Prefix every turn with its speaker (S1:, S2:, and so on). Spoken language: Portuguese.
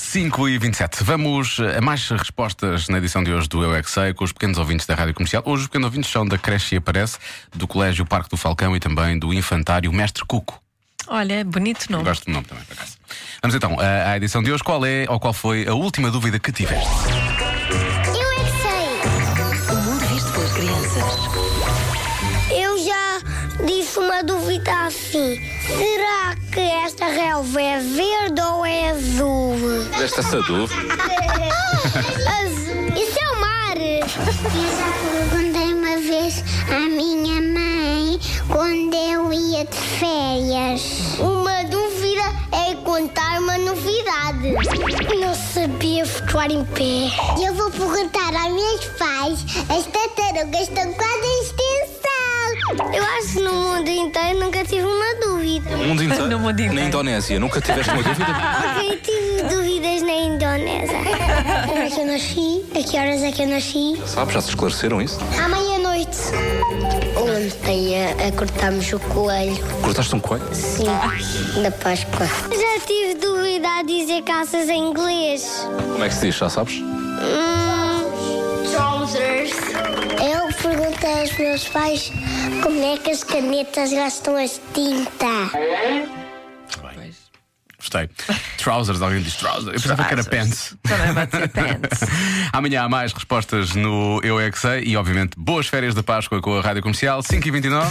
S1: 5 e 27. Vamos a mais respostas na edição de hoje do Eu é que Sei, com os pequenos ouvintes da Rádio Comercial. Hoje os pequenos ouvintes são da Creche e Aparece, do Colégio Parque do Falcão e também do Infantário Mestre Cuco.
S2: Olha, é bonito
S1: Eu
S2: nome.
S1: Gosto do nome também, por acaso. Vamos então à à edição de hoje. Qual é ou qual foi a última dúvida que tiveste?
S3: Eu é que sei.
S4: O mundo visto pelas crianças.
S3: Eu já disse uma dúvida assim. Será que esta relva é verde ou é azul?
S5: Desta essa dúvida.
S3: azul. Isso é o mar. Eu já perguntei uma vez à minha mãe quando eu ia de férias. Uma dúvida é contar uma novidade. Não sabia flutuar em pé. Eu vou perguntar aos meus pais. As tartarugas estão quase em extinção. Eu acho que no mundo inteiro nunca tive uma dúvida.
S5: O mundo inteiro.
S2: No mundo inteiro.
S5: Um Na Indonésia. Nunca tiveste uma dúvida?
S3: Eu tive dúvidas na Indonésia. Como é que eu nasci? A que horas é que eu nasci?
S5: Sabes, já se esclareceram isso?
S3: À meia-noite. Ontem acortámos o coelho.
S5: Cortaste um coelho?
S3: Sim, da Páscoa. Já tive dúvida a dizer calças em inglês. Hum.
S5: Como é que se diz? Já sabes?
S3: Trousers. Eu perguntei aos meus pais como é que as canetas gastam as tinta.
S2: Pois.
S1: Gostei. Trousers, alguém diz trousers. Eu pensava que era pants.
S2: Também vai ser pants.
S1: Amanhã há mais respostas no Eu é que Sei e, obviamente, boas férias de Páscoa com a Rádio Comercial, 5h29.